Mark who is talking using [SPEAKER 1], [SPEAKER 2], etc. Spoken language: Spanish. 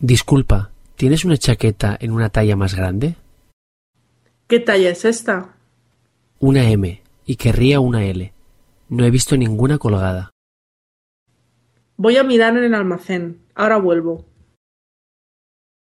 [SPEAKER 1] Disculpa, ¿tienes una chaqueta en una talla más grande?
[SPEAKER 2] ¿Qué talla es esta?
[SPEAKER 1] Una M, y querría una L. No he visto ninguna colgada.
[SPEAKER 2] Voy a mirar en el almacén. Ahora vuelvo.